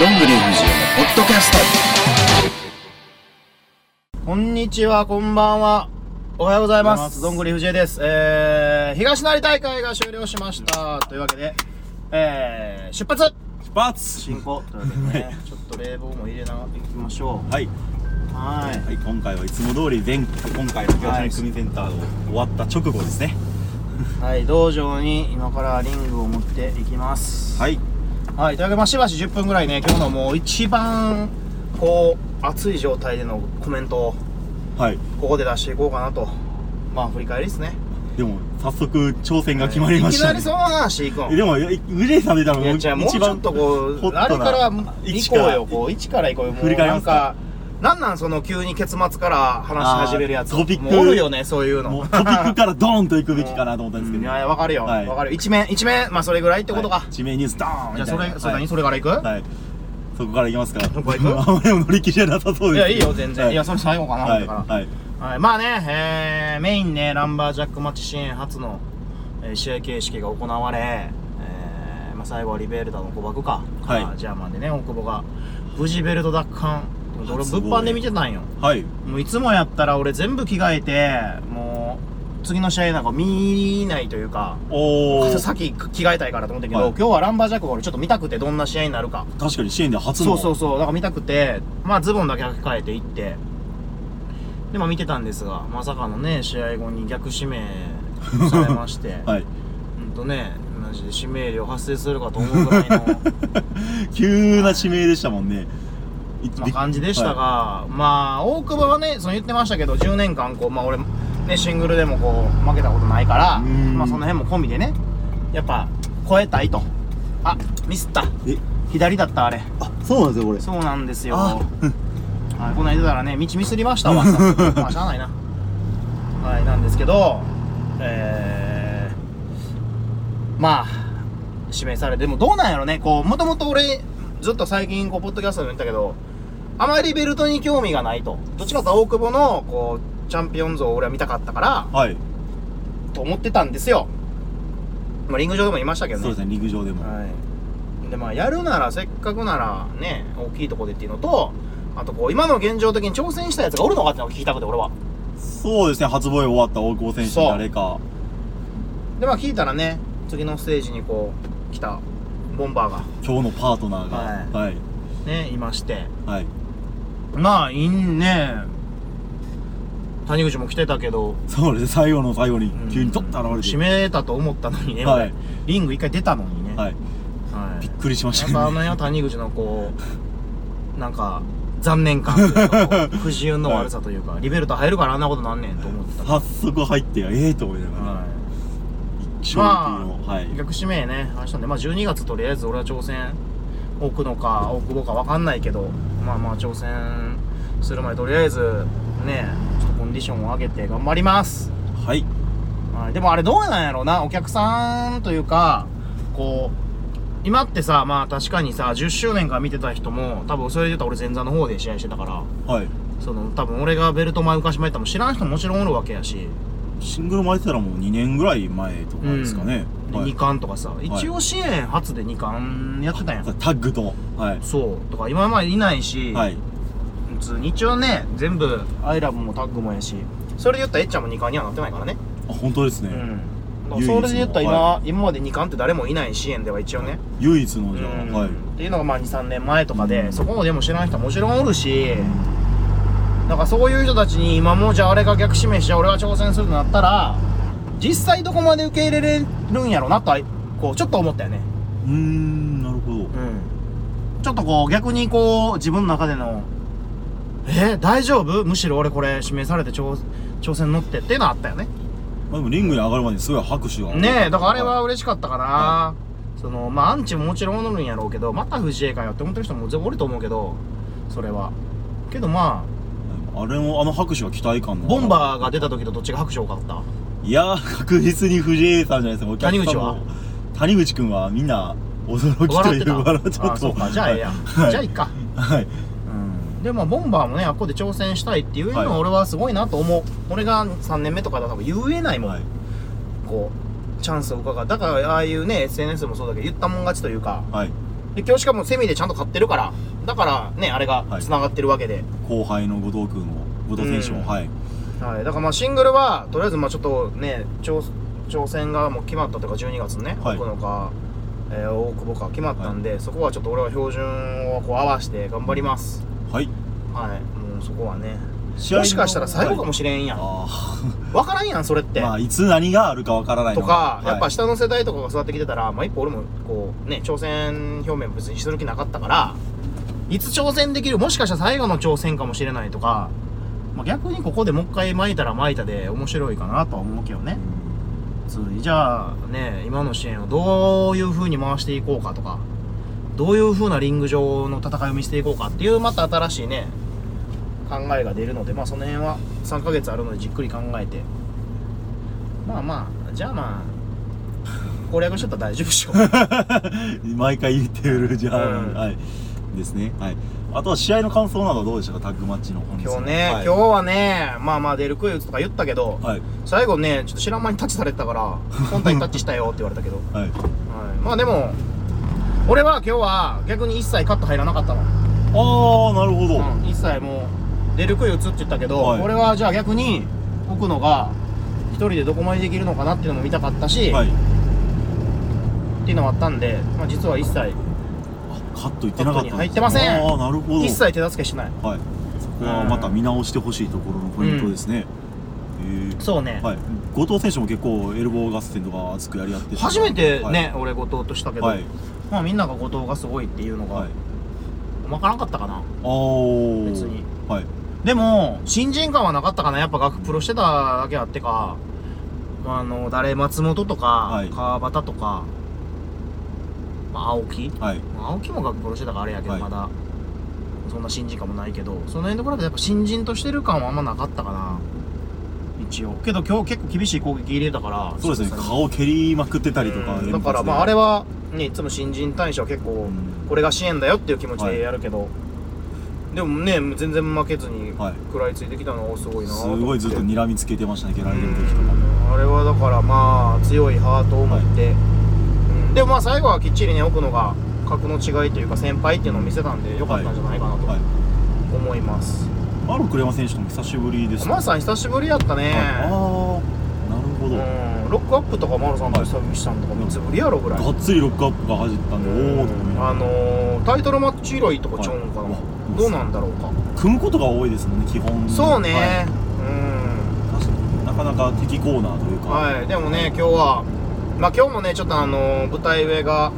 どんぐり藤枝のポッドキャスこんにちは、こんばんは。おはようございます。おはようございますどんぐり藤江です。えー、東成大会が終了しました。というわけで、えー、出発ト出発進行というわけでね、 ちょっと冷房も入れな、いきましょ。はいうはーい。はい、今回はいつも通り前今回の東はい日組センターを終わった直後ですねはい、道場に今からリングを持っていきます。はいはい、というわけで、まあ、しばし10分ぐらいね、今日のもう一番、こう、熱い状態でのコメントを、はいここで出していこうかなと。まあ、振り返りですね。でも早速挑戦が決まりました、いねきなりその話いくんえ。でもいグレイさん出たのいやじゃあもうちょっとこうホットなあれから一行こかうらよこう一から行こうよもう振り返りなまんすかかなんなんその急に結末から話し始めるやつあートピックもうおるよねそういうのもうトピックからドーンと行くべきかなと思ったんですけいど、やわかるよはいわかるよ一面一面まあそれぐらいってことかはい地名ニュースドーじゃンみあたそいなれそれはい何それから行くはいそこから行きますかそこ行く あんまりも乗り切れなさそうですいやいいよ全は然いやそれ最後かなはだいからはいはい、まあね、えーメインね、ランバージャックマッチシーン初の、えー試合形式が行われ、えーまあ、最後はリベルダの誤爆か、はいあージャーマンでね、大久保が無事ベルト奪還、俺、物初防衛販で見てたんよ、はいもういつもやったら俺、全部着替えて、もう次の試合なんか見ないというか、おおさっき着替えたいからと思ったけど、はい今日はランバージャックが俺、ちょっと見たくて、どんな試合になるか。確かに支援で初そのうそうそうだから見たくてまあズボンだけ履き替えて行ってでまあ見てたんですがまさかのね試合後に逆指名されまして はいうんとねマジで指名料発生するかと思うぐ らいの、急な指名でしたもんね、いまあ、感じでしたが、はまあ大久保はねその言ってましたけど10年間こうまあ俺ねシングルでもこう負けたことないからうんまあその辺も込みでねやっぱ超えたいとあミスったいえ左だったあれあそうなんですよこれそうなんですよ。あはい、この間だからね、道ミスりました わ。まあ、しゃあないな。はい、なんですけど、えー、まあ、指名されて、でもどうなんやろね、こう、もともと俺、ずっと最近、こう、ポッドキャストでも言ったけど、あまりベルトに興味がないと。どっちかというと大久保の、こう、チャンピオン像を俺は見たかったから、はいと思ってたんですよ。まあ、リング上でも言いましたけどそうねで。すね陸上でも、はい、でまあやるならせっかくならね大きいとこでっていうのとあとこう今の現状的に挑戦したやつがおるのかってのを聞きたくて俺はそうですね初防衛終わった大久保選手そう誰かでまあ聞いたらね次のステージにこう来たボンバーが今日のパートナーがはいねいましてはい、まあいいね谷口も来てたけどそうですね最後の最後にうん急にちょっと現れて、締めたと思ったのにね、は俺いリング一回出たのにね、はいはいびっくりしましやったけぱあどのね辺は谷口のこう、なんか、残念 感というかこう、不自由の悪さというか、リベルト入るからあんなことなんねんと思ってた。早速入ってええと思いながらは衝撃の、まはいい。逆指名ね、話したんで、まあ12月とりあえず俺は挑戦、置くのか、大久保かわかんないけど、まあまあ挑戦する前とりあえず、ね、ちょっとコンディションを上げて頑張ります。はいはい、でもあれどうなんやろうなお客さんというかこう今ってさまあ確かにさ10周年から見てた人も多分それで言うと俺前座の方で試合してたからはいその多分俺がベルト前浮かし前行ったのも知らん人ももちろんおるわけやし、シングル巻いてたらもう2年ぐらい前とかですかね、ではい2冠とかさ一応支援初で2冠やってたんやん、タッグとはいそうとか今までいないし、はい普通に一応ね全部アイラブもタッグもやしそれで言ったらえっちゃんも2冠にはなってないからねあ本当ですね、うんだから唯一そのれで言ったら今,、は今まで2冠って誰もいない支援では一応ね、唯一のじゃあ、うんはいっていうのがまあ23年前とかで、そこもでも知らない人はもちろんおるしだからそういう人たちに今もうじゃああれが逆指名して俺が挑戦するとなったら実際どこまで受け入れれるんやろなとはこうちょっと思ったよね、うーんなるほど、うん、ちょっとこう逆にこう自分の中でのえー大丈夫むしろ俺これ指名されて挑挑戦乗ってっていうのはあったよねまあ、でもリングに上がるまでにすごい拍手がねえだからあれは嬉しかったかな、はそのまあアンチももちろんおるんやろうけどまた藤江かよって思ってる人も全部おると思うけどそれはけどまあれもあの拍手は期待感あのボンバーが出た時とどっちが拍手多かったいやー確実に藤井さんじゃないですかお客さんも谷口は谷口君はみんな驚きと笑っいてたう笑っちょっあとそうかじゃあええやん、はいじゃあいっか、はいうん、でもボンバーもねあっこで挑戦したいっていうのはいは俺はすごいなと思う、俺が3年目とかだと多分言えないもん、はいこうチャンスを伺うだからああいうね SNS もそうだけど言ったもん勝ちというかはいで今日しかもセミでちゃんと買ってるからだからねあれがはい繋がってるわけで、後輩の後藤君も後藤選手も、うんはいはい、だからまあシングルはとりあえずまあちょっとね挑挑戦がもう決まったというか12月のね、はい9日、えー大久保か決まったんで、そこはちょっと俺は標準をこう合わせて頑張りますはいはいもうそこはね試合のもしかしたら最後かもしれんやん、あわからんやんそれって、あ まあいつ何があるかわからないとのか、がやっぱはい下の世代とかが育ってきてたら、まあ一歩俺もこうね、挑戦表明別にする気なかったから、いつ挑戦できる、もしかしたら最後の挑戦かもしれないとか、まあ逆にここでもう一回巻いたら巻いたで面白いかなとは思うけどね。ついじゃあね、今の支援をどういう風に回していこうかとか、どういう風なリング上の戦いを見せていこうかっていう、また新しいね、考えが出るので、まあその辺は3ヶ月あるのでじっくり考えて、まあまあ、じゃあまあ、攻略しとったら大丈夫でしょう。うん 毎回言ってるじゃん、うんはいですねはいあとは試合の感想などどうでしたかタッグマッチの本日の今日ね、はい今日はね、まあまあ出るクイズとか言ったけど、はい最後ね、ちょっと知らん間にタッチされてたから、本体タッチしたよって言われたけど、はいはい、まあでも、俺は今日は逆に一切カット入らなかったの。ああなるほど、うん、一切もう出る杭打つって言ったけど、はい俺はじゃあ逆に奥野が一人でどこまでできるのかなっていうのも見たかったし、はいっていうのもあったんで、まあ、実は一切あカットいってなかっカたットに入ってませんああなるほど一切手助けしないはいそこはまた見直してほしいところのポイントですね、えーそうね、はい、後藤選手も結構エルボー合戦とか熱くやり合ってた初めてね、はい俺後藤としたけど、はいまあみんなが後藤がすごいっていうのが、はい分からんかったかなああ別にはいでも新人感はなかったかなやっぱ学プロしてただけあってかまああの誰松本とか、はい川端とか、まあ、青木はいまあ青木も学プロしてたからあれやけど、はいまだそんな新人感もないけどその辺と比べてやっぱ新人としてる感はあんまなかったかな一応けど今日結構厳しい攻撃入れたからそうです久ね々に顔蹴りまくってたりとかうん連だ発でからまああれはねいつも新人対象は結構うんこれが支援だよっていう気持ちはいでやるけど、でもね全然負けずにはい食らいついてきたのがすごいなすと思てごいずっと睨みつけてましたね蹴られてる時とかもうんあれはだからまあ強いハートを持って、うんでもまあ最後はきっちりね奥野が格の違いというか先輩っていうのを見せたんで良かったんじゃないかなはいと思います、あの栗山選手とも久しぶりですマルさん久しぶりやったね、はいああなるほうど、んロックアップとかマルさんと久々したんとかいつぶりやろぐらい、がっつりロックアップが始まったんで、おおーと思いながらあのー、タイトルマッチ以来とかちゃうんかな、はいどうなんだろうか、組むことが多いですもんね基本そうね、はういん確かになかなか敵コーナーというか、はい、でもね、今日は、まあ今日もね、ちょっとあのー舞台上が、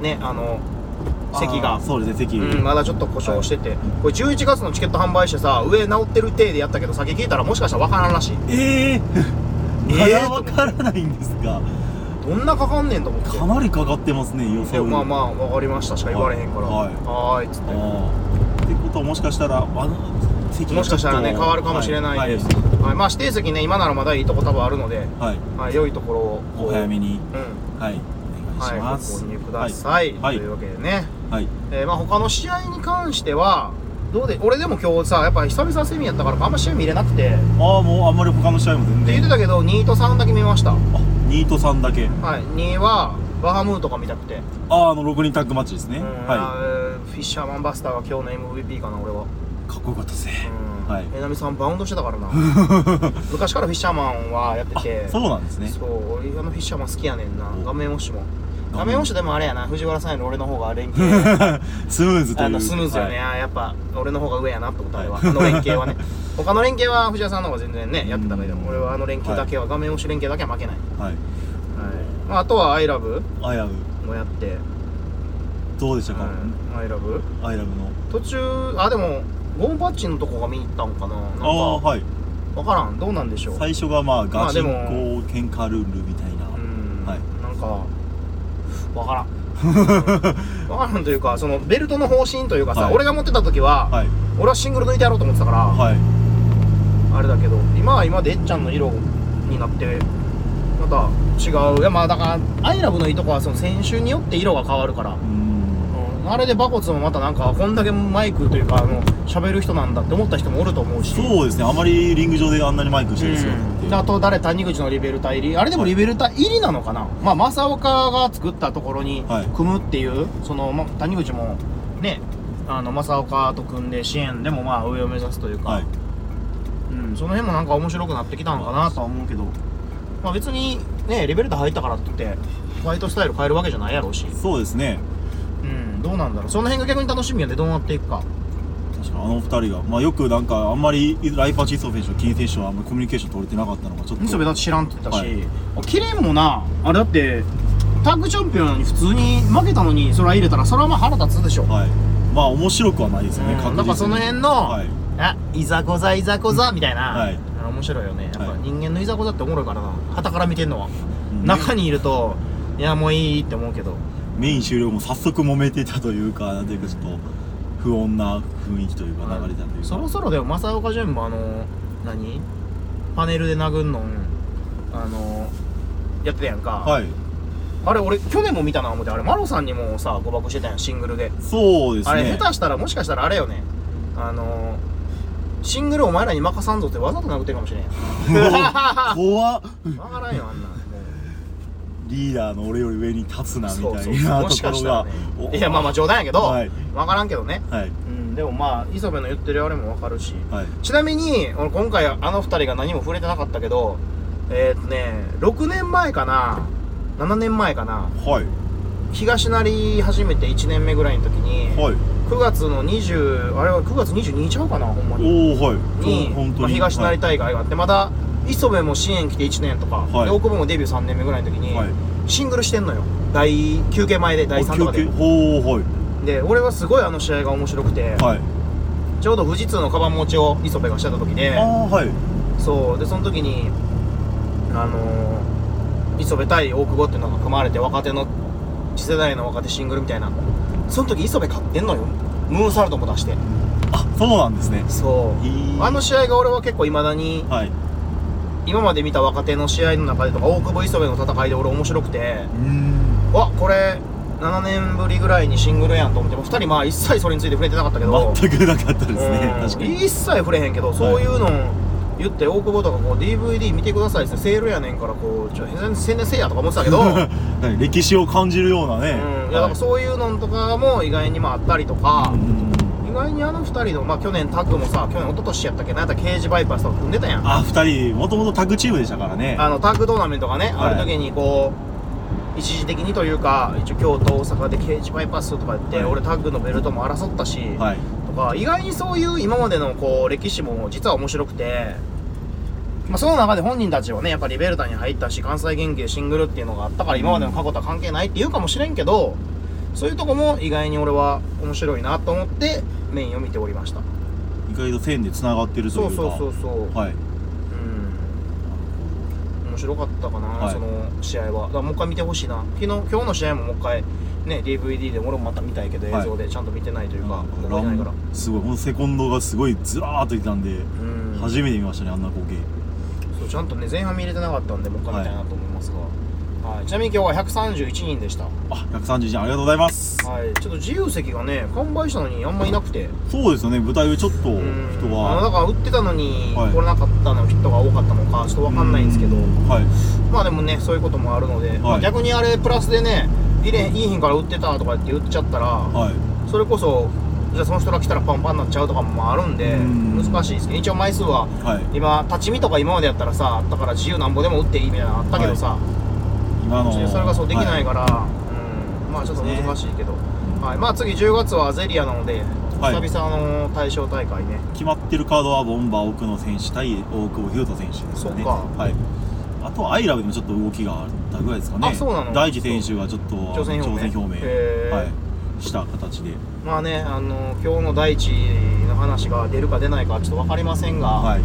ね、あのあー席が、そうですね席、うん、まだちょっと故障してて、これ11月のチケット販売してさ、上直ってる体でやったけど、先聞いたらもしかしたらわからんらしい。ええ えーまだわからないんですが、どんなかかんねんと思って。かなりかかってますね予で想もまあまあ、わかりましたしか言われへんから、はいはーいっつって。あーってことはもしかしたらあの席もしかしたらね、変わるかもしれないです。はい、まあ指定席ね、今ならまだいいとこ多分あるので、はい、はいはい、良いところを、お早めにうん、はいお願いしはまい、ごす購入ください。はいといはういわけでね。はいえーまあ他の試合に関してはどうで俺でも今日さやっぱ久々セミやったからあんま試合見れなくてってああもうあんまり他の試合も言全っ然てたけど2と3だけ見ましたはいあニートさんだけ2はバハムートが見たくて、あーあの6人タッグマッチですねうんはあーフィッシャーマンバスターが今日の MVP かな俺は、いかっこよかったですねうんはい江波さんバウンドしてたからな 昔からフィッシャーマンはやってあてそうなんですね そう俺あのフィッシャーマン好きやねんなお画面押しも画面画面押しでもあれやな藤原さんより俺の方が連携スムーズというあのスムーズよね、はいあーやっぱ俺の方が上やなってことあれは、はいあの連携 はね他の連携は藤原さんの方が全然ねやってたけど、うん俺はあの連携だけは、画面押し連携だけは負けない、はいまあ、あとは「アイラブアイラブもやってどうでし「たか、アイラブアイラブの途中あでもゴーパッチのとこが見に行ったんかななんああかはい分からんどうなんでしょう最初がまあガチンコまあでも喧嘩ルールみたいな、うん、はいなんか分 からんうん分からんというかそのベルトの方針というかさ、はい俺が持ってた時は、はい俺はシングル抜いてやろうと思ってたから、はいあれだけど今は今でえっちゃんの色になってまた違ういやまあだからアイラブのいいとこはその選手によって色が変わるから、うんうんあれで馬骨もまたなんかこんだけマイクというかあの喋る人なんだって思った人もおると思うしそうですねあまりリング上であんなにマイクしてる人なんて、うんあと誰谷口のリベルタ入りあれでもリベルタ入りなのかな、まあ正岡が作ったところにはい組むっていう、その、ま、谷口もねあの正岡と組んで支援でもまあ上を目指すというか、はいうん、その辺もなんか面白くなってきたのかなとは思うけど、まあ、別にねリベルタ入ったからって言ってファイトスタイル変えるわけじゃないやろうし、そうですねうん、どうなんだろうその辺が逆に楽しみやでどうなっていくか確かにあの二人が、まあ、よくなんかあんまりライパー・チーソー選手と金選手はあんまりコミュニケーション取れてなかったのがちょっと磯部だって知らんって言ったし、はいあキレンもなあれだってタッグチャンピオンなのに普通に負けたのにそれは入れたらそれはまあ腹立つでしょ、はいまあ面白くはないですよね、うん確実にだからその辺の、はいあいざこざいざこざみたいな、はいあ面白いよねやっぱはい人間のいざこざっておもろいからな旗から見てんのは、うん中にいるといやもういいって思うけどメイン終了も早速揉めてたというかなんていうかちょっと不穏な雰囲気というか流れたというか、そろそろでも正岡潤もあの何パネルで殴んのんあのやってたやんか、はいあれ俺去年も見たな思ってあれマロさんにもさ誤爆してたやんシングルでそうですねあれ下手したらもしかしたらあれよねあのシングルお前らに任さんぞってわざと殴ってるかもしれんやん分怖っからんよあんなんも リーダーの俺より上に立つうなみそうたそいうなもとしこかろしたらがねいやまあまあ冗談やけど、わはいからんけどねはいうんでもまあ磯部の言ってるあれもわかるしはいちなみに俺今回あの二人が何も触れてなかったけどえーっとね6年前かな7年前かなはい東成初めて1年目ぐらいの時に、はい9月の20あれは9月22日ちゃうかなほんまにおおはいに、ほんまあ、東は成い大会があってまだ磯部も支援来て1年とか、はいで奥部もデビュー3年目ぐらいの時に、はいシングルしてんのよ第休憩前で第3とかでおほうはいで俺はすごいあの試合が面白くて、はいちょうど富士通のカバン持ちを磯部がしてた時でああはいそうでその時にあのー、磯部対大久保っていうのが組まれて若手の次世代の若手シングルみたいなその時磯部勝ってんのよムーンサルトも出してあそうなんですねそういいあの試合が俺は結構いまだにはい今まで見た若手の試合の中でとか大久保磯部の戦いで俺面白くてうーんわこれ7年ぶりぐらいにシングルやんと思っても2人まあ一切それについて触れてなかったけど全くなかったですねうん確かに一切触れへんけどそういうの言って大久保とかこう DVD 見てくださいってセールやねんからこうちょ全然宣伝せえやとか思ってたけど、うん、いや はい歴史を感じるようなねだからそういうのとかも意外にもあったりとかう、ん意外にあの2人の、まあ、去年タッグもさ去年一昨年やったっけなやったら刑事バイパースとか組んでたやんああ二人もともとタッグチームでしたからねのタッグトーナメントがね、はいある時にこう一時的にというか一応京都大阪で刑事バイパースとか言って、はい俺タッグのベルトも争ったし、はいとか意外にそういう今までのこう歴史も実は面白くて、まあ、その中で本人たちはねやっぱリベルタに入ったし関西原型シングルっていうのがあったから今までの過去とは関係ないって言うかもしれんけどそういうとこも意外に俺は面白いなと思ってメインを見ておりました意外と線でつながってるそといううそかうそうそう、はいうん面白かったかな、はいその試合はだからもう一回見てほしいな昨日今日の試合ももう一回ね DVD で俺もまた見たいけど映はい像でちゃんと見てないというか、うん覚えてないからすごいこのセコンドがすごいずらーっといたんで、うん初めて見ましたねあんな光景そうちゃんとね前半見れてなかったんでもう一回見たいなと思いますが、はいちなみに今日は131人でしたはあ130人ありがとうございますいちょっと自由席がね完売したのにあんまいなくてそうですよね舞台上ちょっと人うんあのはだから売ってたのにはい来れなかったの人が多かったのかちょっとわかんないんですけどはいまあでもねそういうこともあるので、まあはい逆にあれプラスでね入れいい品から売ってたとかって言っちゃったら、はいそれこそじゃあその人が来たらパンパンになっちゃうとかもあるんでうん難しいですけど一応枚数ははい今立ち見とか今までやったらさだから自由なんぼでも打っていいみたいなのあったけどさ、今のそれがそうできないはから、うんまあちょっと難しいけど、はい、まあ次10月はアゼリアなので、はい久々の大賞大会ねい決まってるカードはボンバー奥野選手対大久保裕斗選手ですよそねっかはいあとはアイラブでもちょっと動きがあったぐらいですかねあそうなの大地選手がちょっと挑戦表明挑戦表明へーはいした形でまあねあの今日の第一の話が出るか出ないかちょっと分かりませんが、はい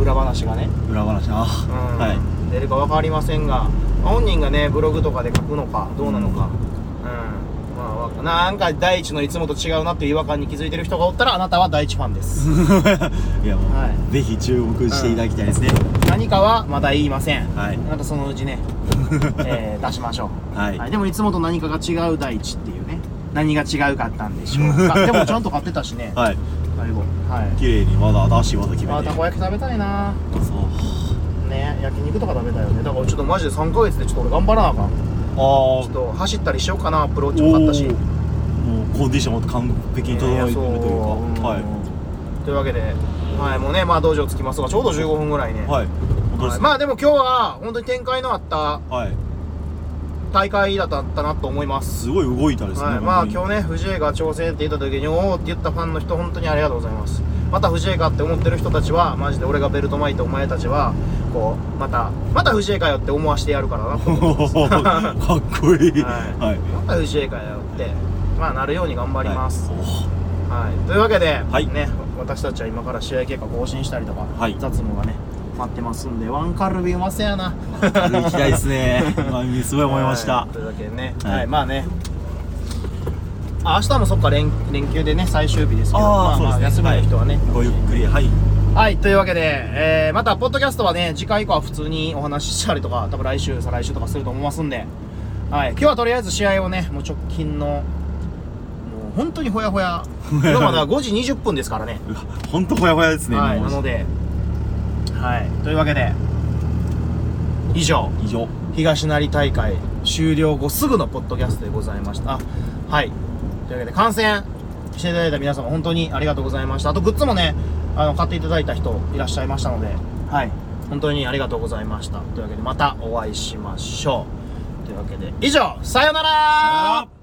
裏話がね、裏話あ、うんはい 出るか分かりませんが本人がねブログとかで書くのかどうなのか、うんまあわかなんか第一のいつもと違うなっていう違和感に気づいてる人がおったらあなたは第一ファンですいやもう、はぜひ注目していただきたいですね、何かはまだ言いませんはいまたそ のうちね、えー出しましょうはい、はい、でもいつもと何かが違う大地っていうね何が違うかったんでしょう かでもちゃんと買ってたしねはい最後はい綺麗にわざ新しい技決めあてたこ焼き食べたいなそうね焼肉とか食べたいよねだからちょっとマジで3ヶ月でちょっと俺頑張らなあかんああちょっと走ったりしようかなアプローチも買ったしおーもうコンディションも完璧に整えてるというか、ははいというわけで、はい、もうねまあ道場着きますがちょうど15分ぐらいね、いはい本当ではいすまあでも今日は本当に展開のあったはい大会だったなと思いますすごい動いたですね、はい、まあ本当今日にね藤江が挑戦って言った時におおって言ったファンの人本当にありがとうございますまた藤江かって思ってる人たちはマジで俺がベルト巻いてお前たちはこうまたまた藤江かよって思わしてやるからなと思ってます かっこいいははいまた藤江かよってまあなるように頑張ります、はいおはい、というわけで、はいね、私たちは今から試合結果更新したりとか、はい雑務がね待ってますんでワンカルビうませやなー行きたいですね まあすごい思いました、はいというわけでね、ははいいまあねあ明日もそっか連連休でね最終日ですけどあーまあまあそうです休ねみの人はね、ごゆっくりはいはい、というわけで、えーまた、ポッドキャストはね、次回以降は普通にお話ししたりとか、多分来週、再来週とかすると思いますんで、はい、今日はとりあえず試合をね、もう直近の、もう本当にほやほや、今まだ5時20分ですからね。うわほんとほやほやですね、はい、今なので、はい、というわけで、以上、以上東成大会終了後すぐのポッドキャストでございました。あはい。というわけで、観戦していただいた皆様、本当にありがとうございました。あと、グッズもね、あの、買っていただいた人いらっしゃいましたので、はい。本当にありがとうございました。というわけで、またお会いしましょう。というわけで、以上、さようなら